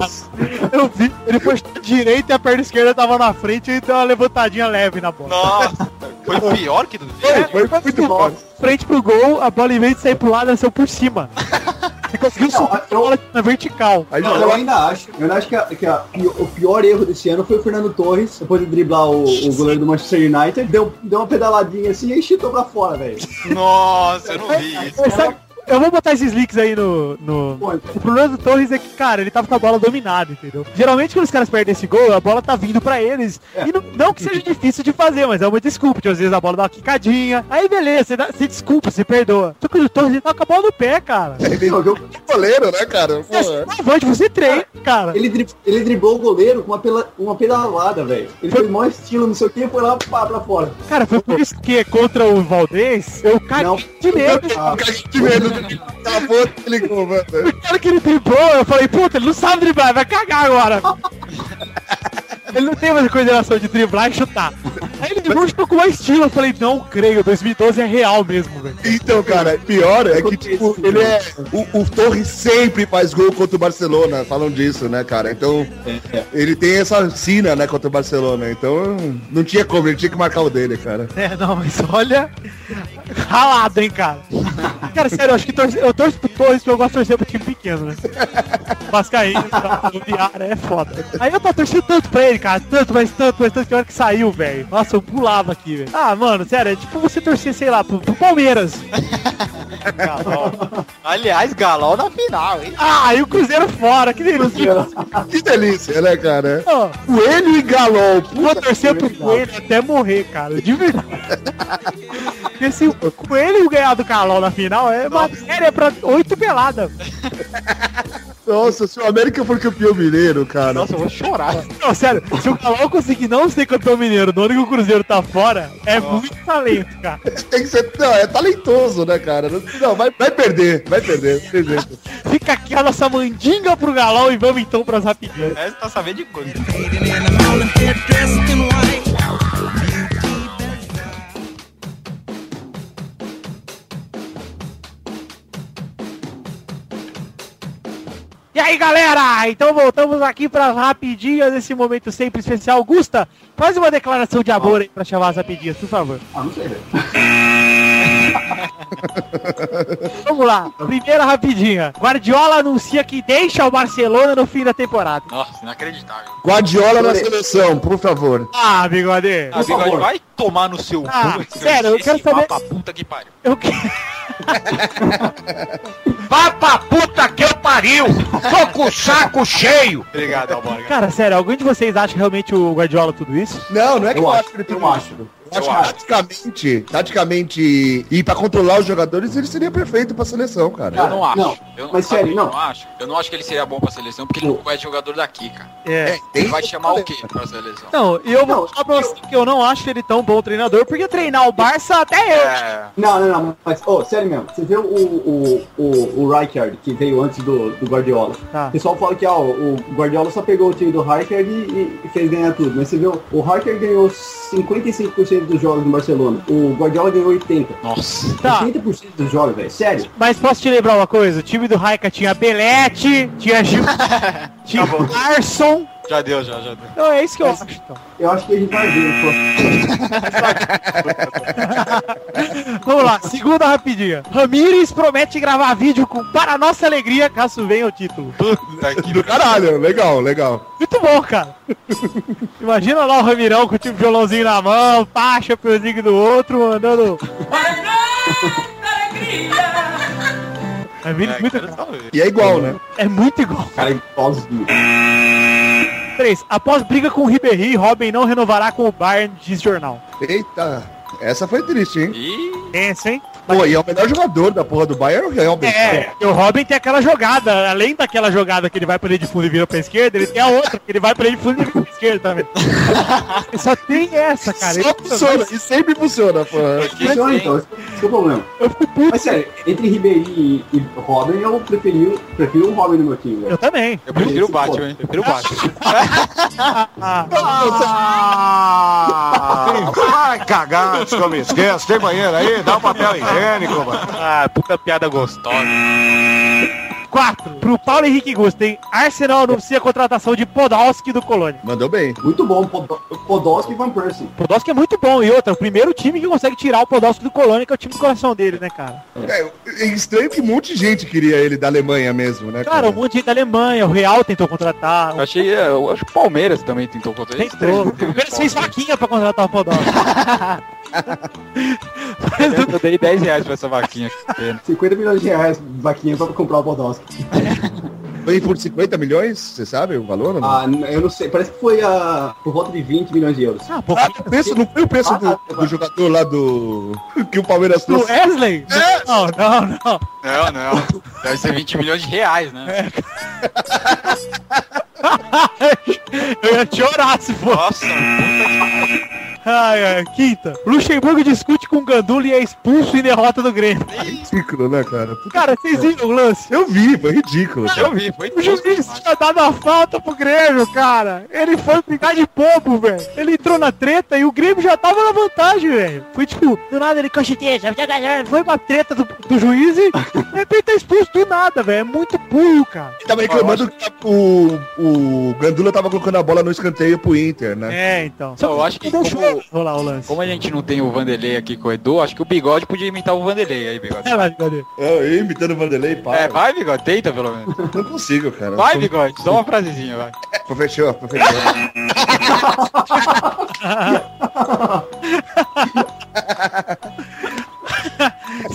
S6: Eu vi, ele foi chutar direito e a perna esquerda tava na frente e deu uma levantadinha leve na bola. assim,
S3: Nossa. Foi pior que do
S4: Foi, foi muito bom.
S6: Frente pro gol, a bola em vez de sair pro lado, ela saiu por cima. Ele conseguiu
S5: Não,
S6: subir a
S5: eu-
S6: bola na vertical.
S4: Aí
S5: Não,
S4: ele
S5: eu
S4: falou,
S5: ainda acho. Eu ainda acho que, a- que a- que o pior erro desse ano foi o Fernando Torres, depois de driblar o, o goleiro do Manchester United, deu, deu uma pedaladinha assim e chutou pra fora, velho.
S3: Nossa, eu não vi isso.
S6: Mas sabe- eu vou botar esses leaks aí no. no...
S5: Pô,
S6: O problema do Torres é que, cara, ele tava com a bola dominada, entendeu? Geralmente quando os caras perdem esse gol, a bola tá vindo pra eles. E não, não que seja difícil de fazer, mas é uma desculpa. Porque às vezes a bola dá uma quicadinha. Aí beleza, você, dá- você desculpa, você perdoa. Só que o Torres ele tá com a bola no pé, cara.
S4: que goleiro, né, cara? Pô,
S6: É avante, você treina, cara.
S5: Ele, dri- ele driblou o goleiro com uma, pela, uma pedalada, velho. Ele foi maior estilo, não sei o que, foi lá pá, pra fora.
S6: Cara, foi por isso que contra o Valdez, eu
S5: Não.
S6: caguei de medo.
S5: Ah,
S4: Caguei de medo do que tá acabou aquele gol, mano.
S6: O cara que ele driblou, eu falei, puta, ele não sabe driblar, vai cagar
S5: <laughs>
S6: agora. ele não tem mais coordenação de driblar e chutar. Aí ele driblou e chutou com mais estilo. Eu falei, não creio, 2012 é real mesmo, velho.
S4: Então, cara, pior é que, tipo, ele é.
S3: né?
S4: O, o Torres sempre faz gol contra o Barcelona, falam disso, né, cara? Então,
S3: É,
S4: ele tem essa sina, né, contra o Barcelona. Então, não tinha como, ele tinha que marcar o dele, cara.
S6: É, não, mas olha. Ralado, hein, cara. Cara, sério, eu acho que torce- eu torço pro Torres porque eu gosto de torcer pro time pequeno, né? Vascaíno, tá, Viara, é foda. Aí eu tava torcendo tanto pra ele, cara. Tanto, mas tanto, mas tanto, que a hora que saiu, velho. Nossa, eu pulava aqui, velho. Ah, mano, sério, é tipo você torcer, sei lá, pro, pro Palmeiras.
S3: Aliás, Galol na final, hein?
S6: Ah, e o Cruzeiro fora, que delícia.
S4: Que delícia, né, cara?
S6: Ó,
S4: Coelho e Galol.
S6: Vou torcer pro Coelho até morrer, cara. De verdade. Porque se o Coelho ganhar do Calol na final, é matéria pra oito peladas.
S4: Nossa, se o América for campeão mineiro, cara.
S3: Nossa, eu vou chorar.
S6: Não, sério, se o Calol conseguir não ser campeão mineiro, no ano que o Cruzeiro tá fora, é muito talento, cara.
S4: Tem que ser. Não, é talentoso, né, cara? Não, não, vai, vai perder, vai perder, vai perder.
S6: Fica aqui a nossa mandinga pro Galol e vamos então pras rapidinhas.
S3: Essa tá sabendo de coisa.
S6: E aí, galera? Então voltamos aqui pras rapidinhas, esse momento sempre especial. Augusta, faz uma declaração de amor aí pra chamar as rapidinhas, por favor.
S5: Ah, não sei, velho.
S6: <laughs> Vamos lá, primeira rapidinha. Guardiola anuncia que deixa o Barcelona no fim da temporada.
S3: Nossa, inacreditável.
S4: Guardiola na seleção, por favor.
S6: Ah, bigode.
S3: Ah, Bigode, vai tomar no seu
S6: Ah,
S3: cu, esse-
S6: sério, eu quero
S3: esse
S6: saber-
S3: mapa puta que pariu.
S6: Eu, que- <laughs>
S11: Vá pra puta que eu pariu! Tô com o saco cheio!
S3: Obrigado, Alborga.
S6: Cara, sério, algum de vocês acha realmente o Guardiola tudo isso?
S4: Não, não é que eu, acho, que ele
S5: eu acho.
S4: Eu acho que taticamente, taticamente, e pra controlar os jogadores, ele seria perfeito pra seleção, cara.
S3: Eu não acho.
S5: não.
S3: eu não,
S5: Mas
S3: sabe,
S5: sério,
S3: eu
S5: não.
S3: acho. Eu não acho que ele seria bom pra seleção, porque ele não é jogador daqui, cara.
S6: É.
S3: Ele vai chamar o quê pra seleção?
S6: Não, e eu vou
S5: Não,
S6: falar pra você que eu não acho ele tão bom treinador, porque treinar o Barça até eu.
S3: É.
S5: Não, não, não, mas, ô, sério mesmo, você vê o, o, o, o Rijkaard, que veio antes do, do Guardiola.
S6: Tá.
S5: O pessoal fala que, ó, o Guardiola só pegou o time do Rijkaard e, e fez ganhar tudo, mas você vê, o, o Rijkaard ganhou 55% dos jogos do Barcelona, o Guardiola ganhou 80%.
S3: Nossa.
S6: Tá.
S5: 80% dos jogos, velho, sério.
S6: Mas posso te lembrar uma coisa? O time do Raika tinha Belete,
S3: <laughs>
S6: tinha Gil, tinha Carson.
S3: Tá Já deu, já, já deu.
S6: Então é isso que eu acho. Então.
S5: Eu acho que a gente vai ver, pô.
S6: Vamos lá, segunda rapidinha. Ramires promete gravar vídeo com Para Nossa Alegria, caso venha o título.
S4: Do caralho, legal, legal.
S6: Muito bom, cara. Imagina lá o Ramirão com o tipo violãozinho na mão, pá, chapeuzinho do outro, mandando. Ramires, muito
S4: E é igual, né?
S6: É muito igual.
S5: Cara, igualzinho.
S6: 3. Após briga com o Ribéry, Robin não renovará com o Bayern, diz jornal.
S4: Eita, essa foi triste, hein?
S3: E
S6: Pensa, hein?
S4: Pô, e é o melhor jogador da porra do Bayern, é o realmente.
S6: É, e o Robin tem aquela jogada, além daquela jogada que ele vai pra ele de fundo e vira pra esquerda, ele tem a outra, que ele vai pra ele de fundo e vira pra esquerda também. <laughs> Só tem essa, cara.
S4: Só funciona, e sempre funciona, porra.
S5: Funciona, então, esse esse é o problema.
S6: Eu fico puto.
S5: Mas sério, entre Ribeirinho e, e Robin, eu preferi, prefiro o Robin no meu time, velho.
S6: Eu também.
S3: eu prefiro o Batman, hein? Eu prefiro o Batman.
S6: Ah,
S11: Ah, vai cagar antes que eu me esqueço. Tem banheiro aí? Dá um papel higiênico, mano.
S3: Ah, puta piada gostosa.
S6: 4. Pro Paulo Henrique Gusta, hein? Arsenal anuncia a contratação de Podolski do Colônia.
S4: Mandou bem.
S5: Muito bom, Pod- Podolski e Van Persie.
S6: Podolski é muito bom. E outra, o primeiro time que consegue tirar o Podolski do Colônia, que é o time do coração dele, né, cara?
S4: É, é estranho que um monte de gente queria ele da Alemanha mesmo, né?
S6: Cara, um monte de gente da Alemanha, o Real tentou contratar.
S3: Eu achei, é, eu acho que o Palmeiras também tentou contra
S6: é
S3: isso.
S6: Tentou. Primeiro fez vaquinha pra contratar o Podolski. <laughs> Mas
S3: Eu dei 10 reais pra essa vaquinha. que pena.
S5: 50 milhões de reais, vaquinha, pra comprar o Podolski.
S4: Foi por 50 milhões, você sabe o valor ou não?
S5: Ah, n- eu não sei, parece que foi a, por volta de 20 milhões de euros.
S6: Ah, pô,
S4: Ah, o preço, não foi o preço do,
S3: Ah,
S4: do jogador lá do. que o Palmeiras
S6: do
S4: trouxe.
S6: Wesley? Não, não, não.
S3: Não, não. Deve ser 20 milhões de reais, né?
S6: Eu ia chorar se fosse.
S3: Nossa,
S6: Ai, ai. Quinta. Luxemburgo discute com Gandula e é expulso em derrota do Grêmio.
S3: é?
S4: Ridículo, né, cara? Puta-
S6: Cara, vocês viram o lance?
S4: Eu vi, foi ridículo. cara.
S3: eu vi, foi
S6: O juiz tinha dado a falta pro Grêmio, cara. Ele foi brigar de bobo, velho. Ele entrou na treta e o Grêmio já tava na vantagem, velho. Foi tipo, do nada ele cocheteja, foi pra treta do, do juiz
S3: <laughs>
S6: e de repente tá expulso do nada, velho. É muito burro, cara.
S4: Ele tava reclamando que o, o Gandula tava colocando a bola no escanteio pro Inter, né?
S6: É, então.
S3: Não, eu acho que
S6: Deixa
S3: como-
S6: eu- Vou lá o lance.
S3: Como a gente não tem o Vanderlei aqui com o Edu, acho que o Bigode podia imitar o Vanderlei aí, Bigode.
S6: É, lá, Bigode.
S4: Eu imitando o Vanderlei, para.
S3: É, vai, Bigode, tenta pelo menos.
S4: Não consigo, cara.
S3: Vai, Bigode, dá uma frasezinha, vai.
S4: Pô, Fechou, pô, fechou.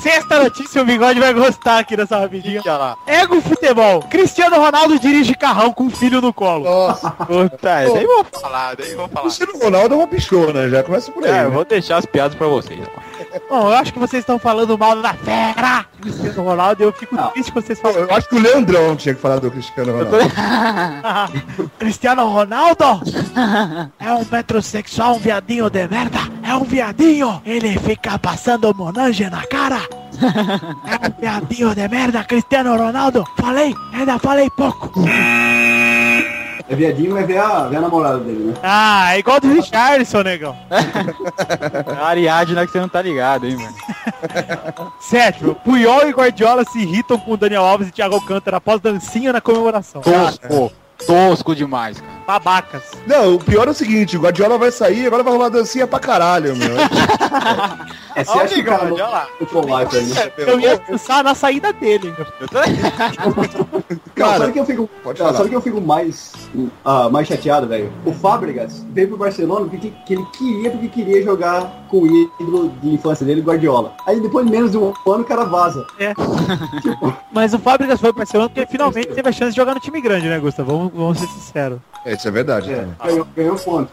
S6: Sexta notícia, o Bigode vai gostar aqui dessa rapidinha.
S3: Olha lá.
S6: Ego Futebol. Cristiano Ronaldo dirige carrão com o filho no colo.
S4: Nossa,
S3: Puta, é, daí vou falar, daí vou
S4: o
S3: falar.
S4: Cristiano Ronaldo é uma bichona, já começa por aí.
S3: É, eu
S4: né?
S3: vou deixar as piadas pra vocês.
S6: Bom, eu acho que vocês estão falando mal da fera Cristiano Ronaldo e eu fico
S5: Não.
S6: triste que vocês
S4: Pô,
S6: falam.
S4: Eu acho que o Leandrão tinha que falar do Cristiano Ronaldo.
S6: <laughs> Cristiano Ronaldo é um metrosexual, um viadinho de merda. É um viadinho. Ele fica passando monange na cara. É um viadinho de merda, Cristiano Ronaldo. Falei, ainda falei pouco.
S5: É viadinho, mas vê a, vê a namorada dele, né?
S6: Ah, é igual do Richardson, negão.
S3: Ariadna que você não tá ligado, hein, mano.
S6: Sétimo, Puyol e Guardiola se irritam com Daniel Alves e Thiago Alcântara após dancinha na comemoração.
S3: Tosco, tosco demais, cara.
S6: Babacas.
S3: <laughs>
S4: Não, o pior é o seguinte, o Guardiola vai sair, agora vai rolar dancinha pra caralho, meu.
S5: É, você acha que o cara não ficou live aí, né?
S6: Eu ia pensar na saída dele.
S5: Não, sabe que eu fico, não, sabe que eu fico mais, ah, mais chateado, velho? O Fábricas veio pro Barcelona porque que ele queria, porque queria jogar com o ídolo de infância dele, Guardiola. Aí depois de menos de um ano o cara vaza.
S6: É. Tipo, Mas o Fábricas foi pro Barcelona porque finalmente teve a chance de jogar no time grande, né, Gustavo? Vamos, vamos ser sinceros.
S4: Isso é verdade.
S5: É,
S4: né?
S5: ganhou, ganhou ponto.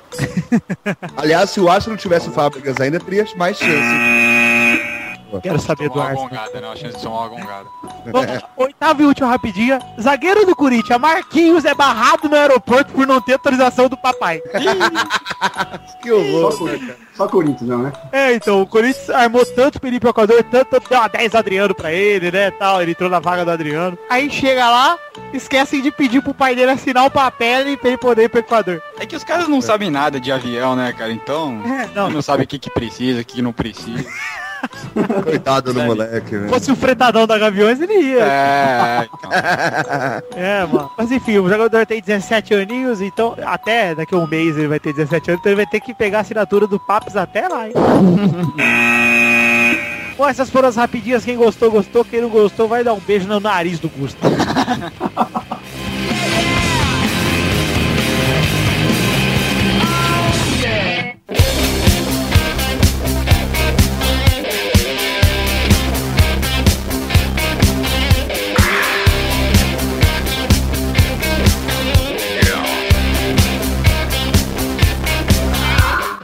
S4: Aliás, se o Arsenal tivesse fábricas ainda, teria mais chance.
S6: Quero saber do
S3: Uma
S6: Arsenal.
S3: gongada, não. A chance de ser uma gongada.
S6: Vamos- Oitavo e último rapidinha. Zagueiro do Corinthians, Marquinhos é barrado no aeroporto por não ter autorização do papai.
S4: que horror. né,
S5: Só, Corinthians- só Corinthians, não, né?
S6: É, então, o Corinthians armou tanto o Felipe Alcador, tanto, tanto, deu uma 10 Adriano pra ele, né, tal, ele entrou na vaga do Adriano. Aí chega lá, esquecem de pedir pro pai dele assinar o papel e pra ele poder ir pro Equador.
S3: É que os caras não sabem nada de avião, né, cara? Então,
S6: É,
S3: não,
S6: não, se
S3: sabe o que, que precisa, o que, que não precisa.
S4: Coitado do moleque, velho.
S6: fosse o fretadão da Gaviões, ele ia.
S3: É, então.
S6: É, mano. Mas enfim, o jogador tem 17 aninhos, então até daqui a um mês ele vai ter 17 anos, então ele vai ter que pegar a assinatura do Papos até
S3: <laughs>
S6: lá, hein? Bom, essas foram as rapidinhas. Quem gostou, gostou. Quem não gostou, vai dar um beijo no nariz do Gusto.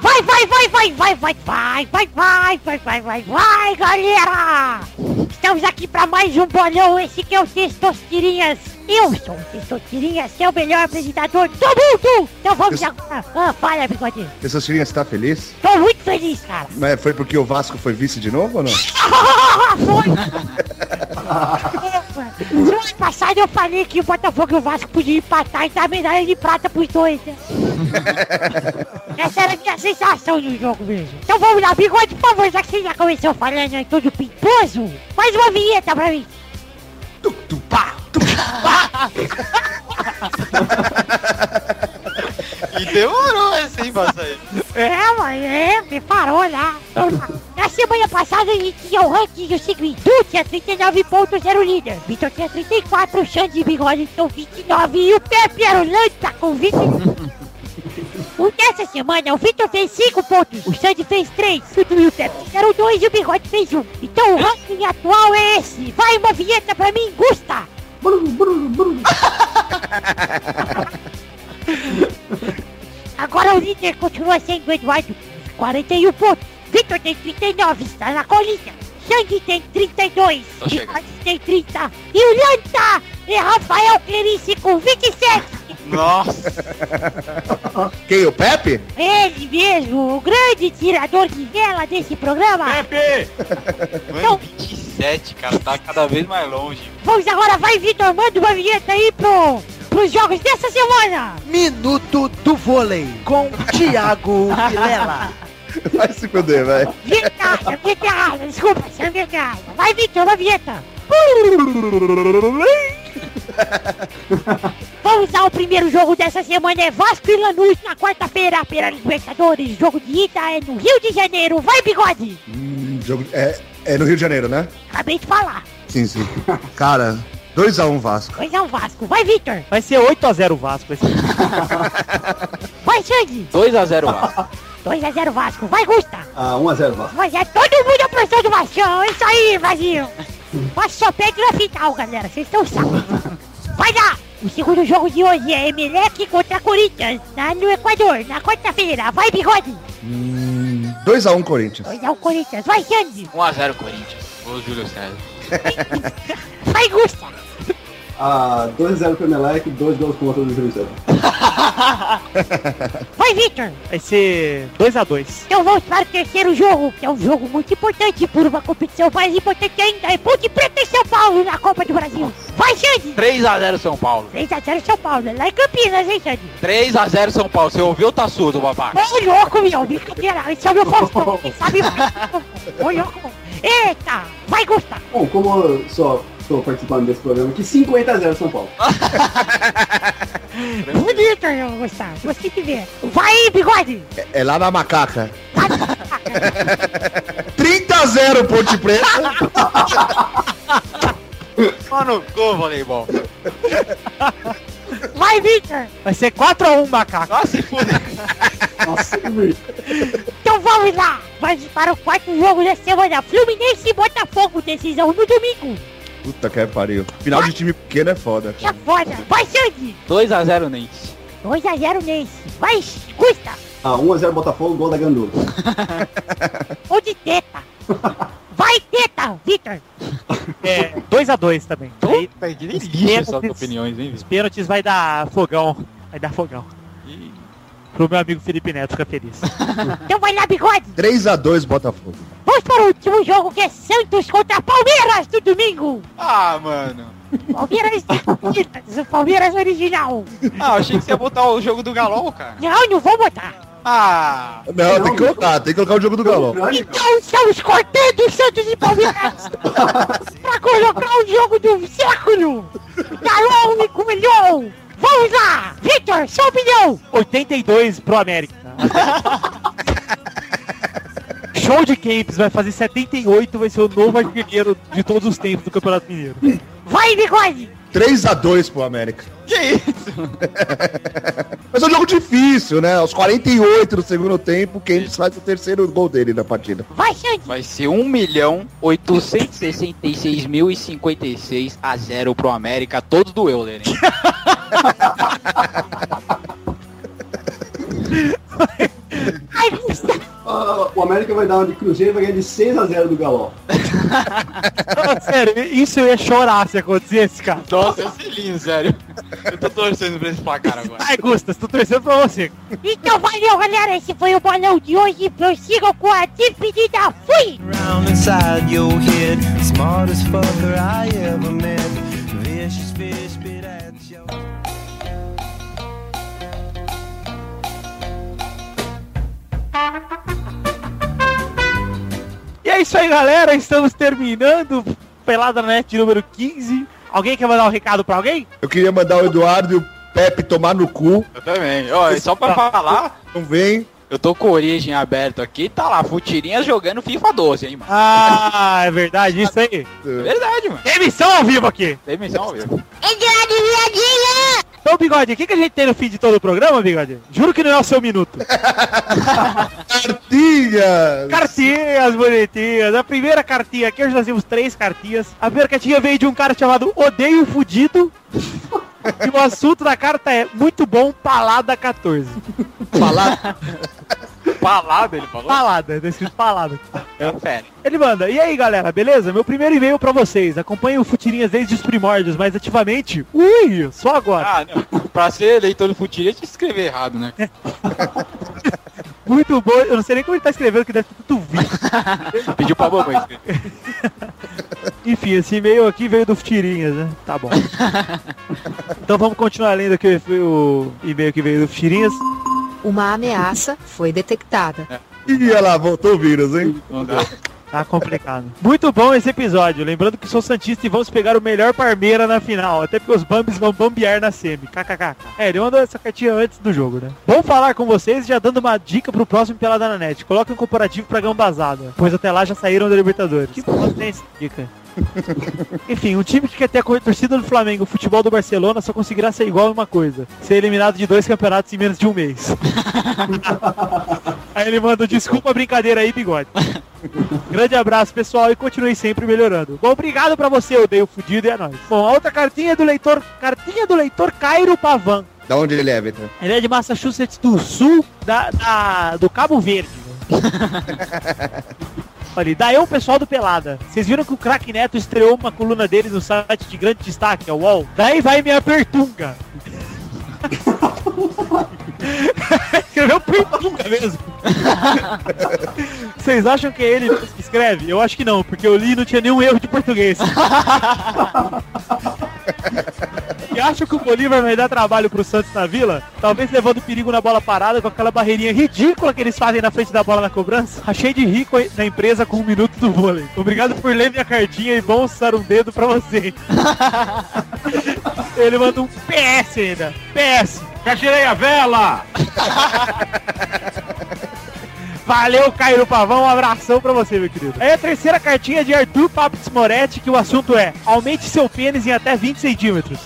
S7: Vai, vai, vai, vai, vai, vai, vai, vai, vai, vai, vai, vai, vai, galera! Estamos aqui para mais um bolão, esse que é o Testostirinhas. Eu sou é o Testostirinhas, seu melhor apresentador do mundo! Então vamos agora. Ah, fala, bigodinho.
S4: Essas tirinhas tá feliz?
S7: Tô muito feliz, cara.
S4: Mas foi porque o Vasco foi vice de novo ou não?
S7: Foi! No ano passado eu falei que o Botafogo e o Vasco podiam empatar e dar medalha de prata pros dois, né? Essa era a minha sensação do jogo mesmo. Então vamos lá, bigode, por favor, já que você já começou falando aí todo pimposo, faz uma vinheta pra mim.
S3: E demorou essa, hein, Bassai?
S7: É, mãe, é, me parou lá. Na semana passada ele tinha o ranking do seguinte: Tu tinha 39 pontos, era o líder. Vitor tinha 34, o Xande e Bigode tinham 29 e o Pepe era o Lanta com 29. O Nessa semana, o Vitor fez 5 pontos, o Sandy fez 3, o Du e o Pepe fizeram 2 e o Bigode fez 1. Então o ranking atual é esse. Vai uma vinheta pra mim, Gusta!
S5: Brum, brum, brum.
S7: Agora o líder continua sendo o Eduardo, 41 pontos. Vitor tem 39, está na colinha. Sangue tem 32,
S3: Só chega.
S7: Ricardo tem 30. E o Lanta e Rafael Clerice com 27.
S3: Nossa,
S4: Quem? O Pepe?
S7: Ele mesmo, o grande tirador de vela desse programa.
S6: É.
S3: mano, 27, cara, tá cada vez mais longe.
S7: Vamos agora, vai Vitor, manda uma vinheta aí pro, pros jogos dessa semana.
S2: Minuto do vôlei com Thiago Vilela.
S4: <laughs> Vai se fuder, vai.
S7: Vinheta, vinheta, desculpa, essa vinheta. Vai Vitor, uma vinheta. Vamos ao primeiro jogo dessa semana, é Vasco e Lanús na quarta-feira pela Libertadores. Jogo de ida é no Rio de Janeiro. Vai, bigode!
S4: Hum, jogo- é, é no Rio de Janeiro, né?
S7: Acabei de falar.
S4: Sim, sim. <laughs> Cara, 2x1 Vasco.
S7: Pois é o Vasco. Vai, Victor!
S6: Vai ser 8x0 o Vasco. Vai ser...
S7: Vai, Sandy!
S3: 2x0 Vasco.
S7: 2x0 Vasco. Vai, Gusta!
S5: Ah, 1x0, Vasco.
S7: Mas é todo mundo a pressão do Vascão. É isso aí, Brasil! Mas só perde na final, galera. Vocês estão sabendo. Vai lá! O segundo jogo de hoje é Emelec contra Corinthians, lá no Equador, na quarta-feira. Vai, bigode!
S4: 2x1 Corinthians.
S7: Pois é o Corinthians. Vai, Sandy!
S3: 1x0 Corinthians. Ô, Júlio César.
S7: <laughs> Vai, Gusta!
S5: Ah, 2x0 pro Emelec, 2 gols contra do Júlio César.
S7: Vai, Victor!
S6: Vai ser 2x2.
S7: Então vamos para o terceiro jogo, que é um jogo muito importante por uma competição mais importante ainda. É Ponte Preta e São Paulo na Copa do Brasil. Vai, Xande!
S3: 3x0 São Paulo.
S7: 3x0 São Paulo, é lá em Campinas, hein, Xande?
S3: 3x0 São Paulo. Você ouviu, tá surdo, babaca?
S7: Ô, louco, meu, brincadeira, esse é o meu Faustão, quem sabe mais. Ô, louco. Eita, vai gostar.
S5: Bom, como eu só estou participando desse programa aqui, 50x0 São Paulo.
S7: Bonito, eu vou gostar, gostei de ver. Vai, bigode.
S4: É, é lá na Macaca.
S7: Vai,
S4: 30 a 0 Ponte Preta.
S3: Só no gol, voleibol.
S7: Vai, Victor!
S6: Vai ser 4x1, macaco.
S3: Nossa, Ah, se fuder.
S5: <laughs>
S7: Então vamos lá! Vamos para o quarto jogo da semana. Fluminense e Botafogo, decisão no domingo.
S4: Puta que pariu. Final de time pequeno é foda.
S7: Que é foda. Vai, Sandy!
S3: 2x0, Nate.
S7: 2x0 nesse. Vai, custa!
S5: Ah, 1x0 Botafogo, gol da
S7: <laughs>
S5: Gandula.
S7: Ou de teta. Vai, teta, Victor!
S6: É, 2x2 também. Aí,
S3: Puta, que
S6: lixo essas
S3: opiniões, hein,
S6: os pênaltis vai dar fogão. Vai dar fogão. Pro meu amigo Felipe Neto ficar feliz.
S7: Então vai lá, bigode!
S4: 3 a 2 Botafogo.
S7: Vamos para o último jogo que é Santos contra Palmeiras do domingo!
S3: Ah, mano.
S7: Palmeiras de o Palmeiras original!
S3: Ah, eu achei que você ia botar o jogo do Galol, cara.
S7: Não, não vou botar!
S3: Ah,
S4: Não, tem que colocar, tem que colocar o jogo do Galão.
S7: Então estamos cortando o Santos e Palmeiras
S5: <laughs>
S7: pra colocar o jogo do século! Galão e Coelhão! Vamos lá! Victor, sua opinião!
S6: 82 pro América. Show de Capes vai fazer 78, vai ser o novo artilheiro de todos os tempos do Campeonato Mineiro.
S7: Vai, bigode!
S4: 3 a 2 pro América.
S3: que isso?
S4: Mas é um jogo difícil, né? Aos 48 do segundo tempo, quem faz o terceiro gol dele na partida.
S7: Vai, Sandy!
S3: Vai ser 1 milhão 866.056 a 0 pro América, todos do Euler, hein?
S7: Vai, Gusta!
S5: Ah, o América vai dar uma de Cruzeiro e vai ganhar de 6x0 do Galó.
S6: Não, Sério, isso eu ia chorar se acontecesse, cara.
S3: <laughs> Nossa, é selinho, sério. Eu tô torcendo pra esse placar agora.
S6: Ai, Gustas, tô torcendo pra você.
S7: Então valeu, galera! Esse foi o bolão de hoje! Prossigam com a despedida! Fui!
S8: Round inside your head, smartest fucker I ever met. Vicious fish bit at your.
S6: E é isso aí, galera. Estamos terminando Pelada na Net de número 15. Alguém quer mandar um recado pra alguém?
S4: Eu queria mandar o Eduardo e o Pepe tomar no cu.
S3: Eu também. Ó, e só pra falar,
S4: Não vem.
S3: eu tô com origem aberto aqui, tá lá, Futirinha jogando FIFA 12, hein, mano. É
S6: Ah, é verdade, isso aí.
S3: Verdade, mano.
S6: Emissão ao vivo aqui.
S3: Tem missão ao vivo.
S6: Então, Bigode, o que, que a gente tem no fim de todo o programa, Bigode? Juro que não é o seu minuto.
S4: Cartinha!
S6: Cartinhas bonitinhas. A primeira cartinha aqui, hoje nós temos três cartinhas. A primeira cartinha veio de um cara chamado Odeio Fudido. E o assunto da carta é muito bom, palada 14.
S4: Falar.
S3: Palada, ele falou?
S6: Palada, tá escrito palada.
S3: Eu, sério.
S6: Ele manda, e aí galera, beleza? Meu primeiro e-mail pra vocês. Acompanho o Futirinhas desde os primórdios, mas ativamente, ui, só agora.
S3: Ah, não. Pra ser eleitor do Futirinha, tinha que escrever errado, né?
S6: Muito bom, eu não sei nem como ele tá escrevendo, que deve ter tudo vídeo.
S3: Pediu pra mamãe escrever.
S6: Enfim, esse e-mail aqui veio do Tirinhas, né? Tá bom. então vamos continuar lendo aqui o e-mail que veio do Tirinhas.
S12: Uma ameaça foi detectada.
S4: Ih, olha lá, voltou o vírus, hein?
S3: Não dá.
S6: Tá complicado. Muito bom esse episódio. Lembrando que sou Santista e vamos pegar o melhor Parmeira na final. Até porque os Bambis vão bambear na semi. KKK. É, ele mandou essa cartinha antes do jogo, né? Bom falar com vocês já dando uma dica pro próximo Pelada na Net. Coloque um comparativo pra gambazada. Pois até lá já saíram da Libertadores. Que bosta tem essa dica? <laughs> Enfim, um time que quer ter a torcida do Flamengo, o futebol do Barcelona, só conseguirá ser igual em uma coisa: ser eliminado de dois campeonatos em menos de um <laughs> mês. aí ele manda desculpa a brincadeira aí, bigode. Grande abraço, pessoal, e continue sempre melhorando. Bom, obrigado pra você, eu dei o fudido e é nóis. Bom, a outra cartinha é do leitor, cartinha do leitor Cairo Pavan.
S4: Da onde ele é, Vitor?
S6: Ele é de Massachusetts do Sul, da, da- do Cabo Verde. Ali, daí é o pessoal do Pelada. Vocês viram que o Crack Neto estreou uma coluna dele no site de grande destaque, é o UOL? Daí vai minha pertunga. Escreveu pertunga mesmo. Vocês acham que é ele que escreve? Eu acho que não, porque eu li e não tinha nenhum erro de português. E acham que o Bolívar vai dar trabalho pro Santos na vila? Talvez levando perigo na bola parada com aquela barreirinha ridícula que eles fazem na frente da bola na cobrança? Achei de rico na empresa com um minuto do vôlei. Obrigado por ler minha cartinha e bom usar um dedo pra você. Ele manda um PS ainda. PS. Já tirei a vela! Valeu, Caio Pavão. Um abração pra você, meu querido. Aí a terceira cartinha é de Arthur Papis Moretti, que o assunto é aumente seu pênis em até 20 centímetros.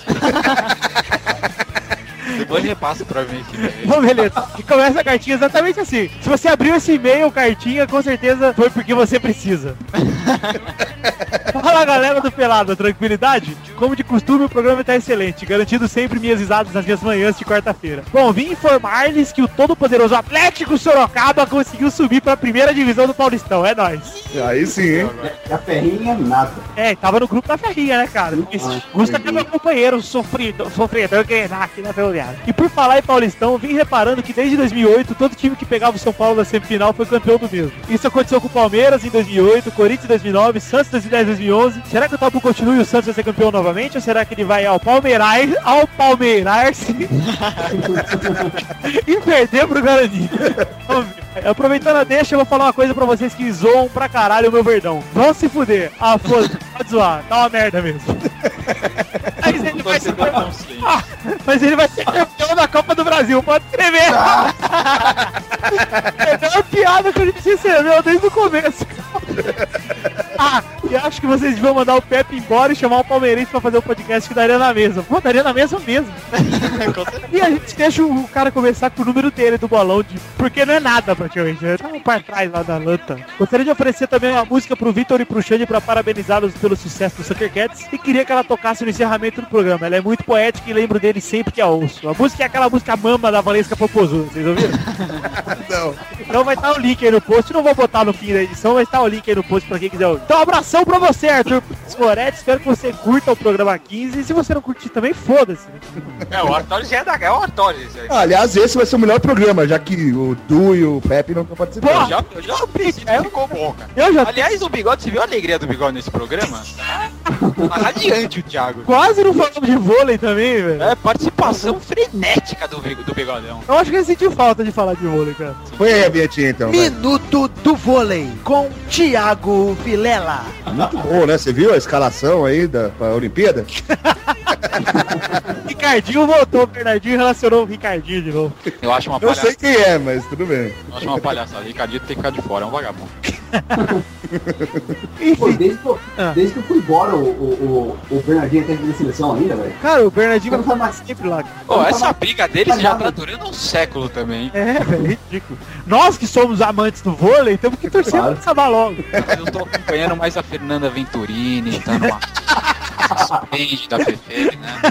S3: Depois repassa pra mim aqui. velho.
S6: <laughs> Bom, beleza. E começa a cartinha exatamente assim. Se você abriu esse e-mail, cartinha, com certeza foi porque você precisa. <laughs> Fala galera do Pelada, tranquilidade? Como de costume, o programa está excelente, garantindo sempre minhas risadas nas minhas manhãs de quarta-feira. Bom, vim informar-lhes que o todo-poderoso Atlético Sorocaba conseguiu subir para a primeira divisão do Paulistão, é nóis.
S4: Aí sim, hein?
S5: A Tá ferrinha, nada.
S6: É, tava no grupo da Ferrinha, né, cara? Esse Gusta que é meu companheiro sofrido, sofredor que tá aqui na ferroviária. E por falar em Paulistão, vim reparando que desde 2008, todo time que pegava o São Paulo na semifinal foi campeão do mesmo. Isso aconteceu com o Palmeiras em 2008, Corinthians em 2009, Santos em 2010 2011. Será que o Tabu continua e o Santos vai ser campeão novamente? Ou será que ele vai ao Palmeiras, ao Palmeiras <laughs> e perder pro Guarani? Vamos ver. Aproveitando a deixa, eu vou falar uma coisa pra vocês que zoam pra caralho o meu verdão. Vão se fuder. Ah, foda pode zoar. Tá uma merda mesmo. Mas ele vai ser campeão. Ah, mas ele vai ser campeão da Copa do Brasil, pode escrever. é uma piada que a gente recebeu desde o começo. Ah, e acho que vocês vão mandar o Pepe embora e chamar o Palmeirense pra fazer o podcast que daria na mesa. Pô, daria na mesa mesmo. e a gente deixa o cara começar com o número dele do bolão, de... porque não é nada praticamente. né? Tá um pra trás lá da lanta. Gostaria de oferecer também uma música pro Vitor e pro Xande pra parabenizá-los pelo sucesso do Sucker Cats e queria que ela tocasse no encerramento do programa. Ela é muito poética e lembro dele sempre que a ouço. A música é aquela música mama da Valesca Popozuda, vocês ouviram?
S4: Não.
S6: Então vai estar o link aí no post. Não vou botar no fim da edição, mas tá o link aí no post pra quem quiser ouvir. Então, um abração pra você, Arthur Moretti. Espero que você curta o programa 15. E se você não curtir também, foda-se. né?
S10: É, o Artório já é da... É o Artório, esse aí.
S4: Ah, Aliás, esse vai ser o melhor programa, já que o Du e o Pepe não estão
S6: Porra!
S4: participando.
S3: Já, eu já
S6: Brinca,
S4: É?
S6: eu-
S3: ficou bom, cara.
S6: Eu já
S3: Aliás, o bigode, você viu a alegria do bigode nesse programa? Tá tá radiante o Thiago.
S6: quase não falamos de vôlei também, velho.
S3: É participação frenética do, Big- do bigodão.
S6: Eu acho que ele sentiu falta de falar de vôlei, cara.
S4: Põe aí a vinhetinha então. vai.
S2: Minuto do Vôlei com Thiago Vilela.
S4: Muito bom, né? Você viu a escalação aí da pra Olimpíada?
S6: Ricardinho voltou, o Bernardinho relacionou o Ricardinho de novo.
S3: Eu acho uma
S4: Eu sei
S3: palhaçada.
S4: quem é, mas tudo bem.
S3: Eu acho uma palhaçada. Ricardinho tem que ficar de fora, é um vagabundo.
S5: Pô,
S6: Enfim,
S5: desde que eu,
S6: <laughs> Ah.
S5: desde que eu fui embora, o, o, o, o Bernardinho até na seleção ainda, velho.
S6: cara, o Bernardinho vai ficar mais sempre lá.
S3: Pô, essa briga deles já tá durando um século também. hein?
S6: É, velho, ridículo. Nós que somos amantes do vôlei, temos que torcer
S5: Claro.
S6: pra acabar logo.
S3: Mas Eu tô acompanhando mais a Fernanda Venturini, tá numa... Suspende da Fefe, né?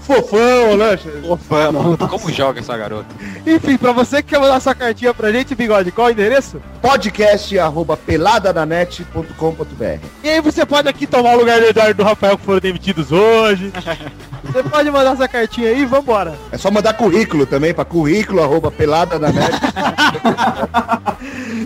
S4: Fofão, né?
S3: Opa, puta, como joga essa garota?
S6: Enfim, pra você que quer mandar sua cartinha pra gente, Bigode, qual é o endereço?
S4: Podcast arroba peladananet.com.br
S6: E aí você pode aqui tomar o lugar do Eduardo e do Rafael que foram demitidos hoje. você pode mandar essa cartinha aí, vambora.
S4: É só mandar currículo também pra currículo arroba
S6: <laughs>
S4: peladananet.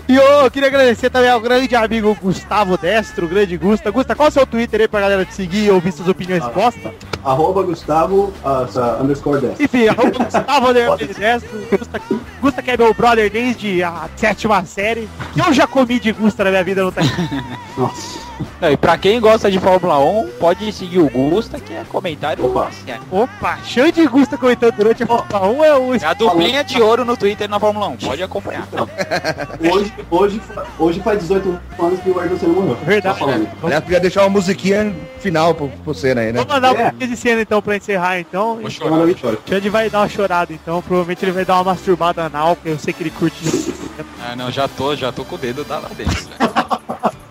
S6: E eu queria agradecer também ao grande amigo Gustavo Destro, grande Gusta. Gusta, qual é o seu Twitter aí pra galera te seguir e ouvir suas opiniões
S5: Ah.
S6: bosta?
S5: Arroba Gustavo ah, essa, underscore 10.
S6: Enfim, arroba Gustavo underline Destro. Gusta, Gusta que é meu brother desde a sétima série. Que eu já comi de Gusta na minha vida, não tá
S5: Nossa.
S3: Não, e pra quem gosta de Fórmula 1, pode seguir o Gusta, que é comentário.
S5: Opa.
S3: assim, é.
S6: Opa, Xande e Gusta comentando durante a Copa 1 é o...
S3: É a duplinha de ouro no Twitter na Fórmula 1, pode acompanhar.
S5: Hoje, hoje, fa- hoje faz 18 anos que o Ayrton Senna morreu.
S6: Verdade.
S5: Só falando.
S4: Aliás, podia deixar uma musiquinha final pra pra você aí, né?
S6: Vamos mandar
S5: É.
S6: um pouquinho de cena então pra encerrar então.
S3: Vou
S5: Então, manda
S3: chorar.
S5: uma vitória.
S6: Xande vai dar uma chorada então, provavelmente ele vai dar uma masturbada anal, porque eu sei que ele curte.
S3: Ah, não, já tô, já tô com o dedo da lá dentro. né?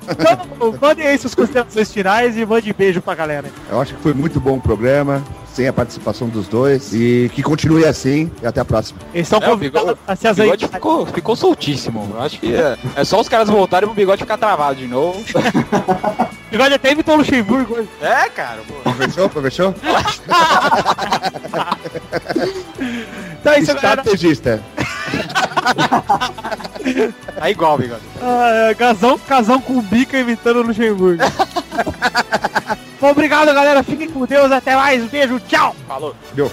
S6: então, mandem aí suas considerações finais e mande beijo pra galera.
S4: Eu acho que foi muito bom o programa, sem a participação dos dois. E que continue assim. E até a próxima.
S6: Eles estão
S3: É, o
S6: convidados
S3: bigode-
S6: a se
S3: O bigode
S6: azeitar.
S3: ficou, ficou soltíssimo. Eu acho que é, é só os caras voltarem pro bigode ficar travado de novo.
S6: O bigode até imitou o Luxemburgo. hoje.
S3: É, cara, pô.
S4: Fechou?
S6: <laughs>
S4: Fechou? <laughs>
S6: Tá, Então é isso, galera.
S4: Estrategista.
S3: Tá igual, bigode.
S6: Ah, é, Gazão, casão com bica imitando o
S3: <laughs>
S6: Luxemburgo. Bom, obrigado, galera. Fiquem com Deus. Até mais. Um Beijo. Tchau.
S3: Falou.
S4: Deu.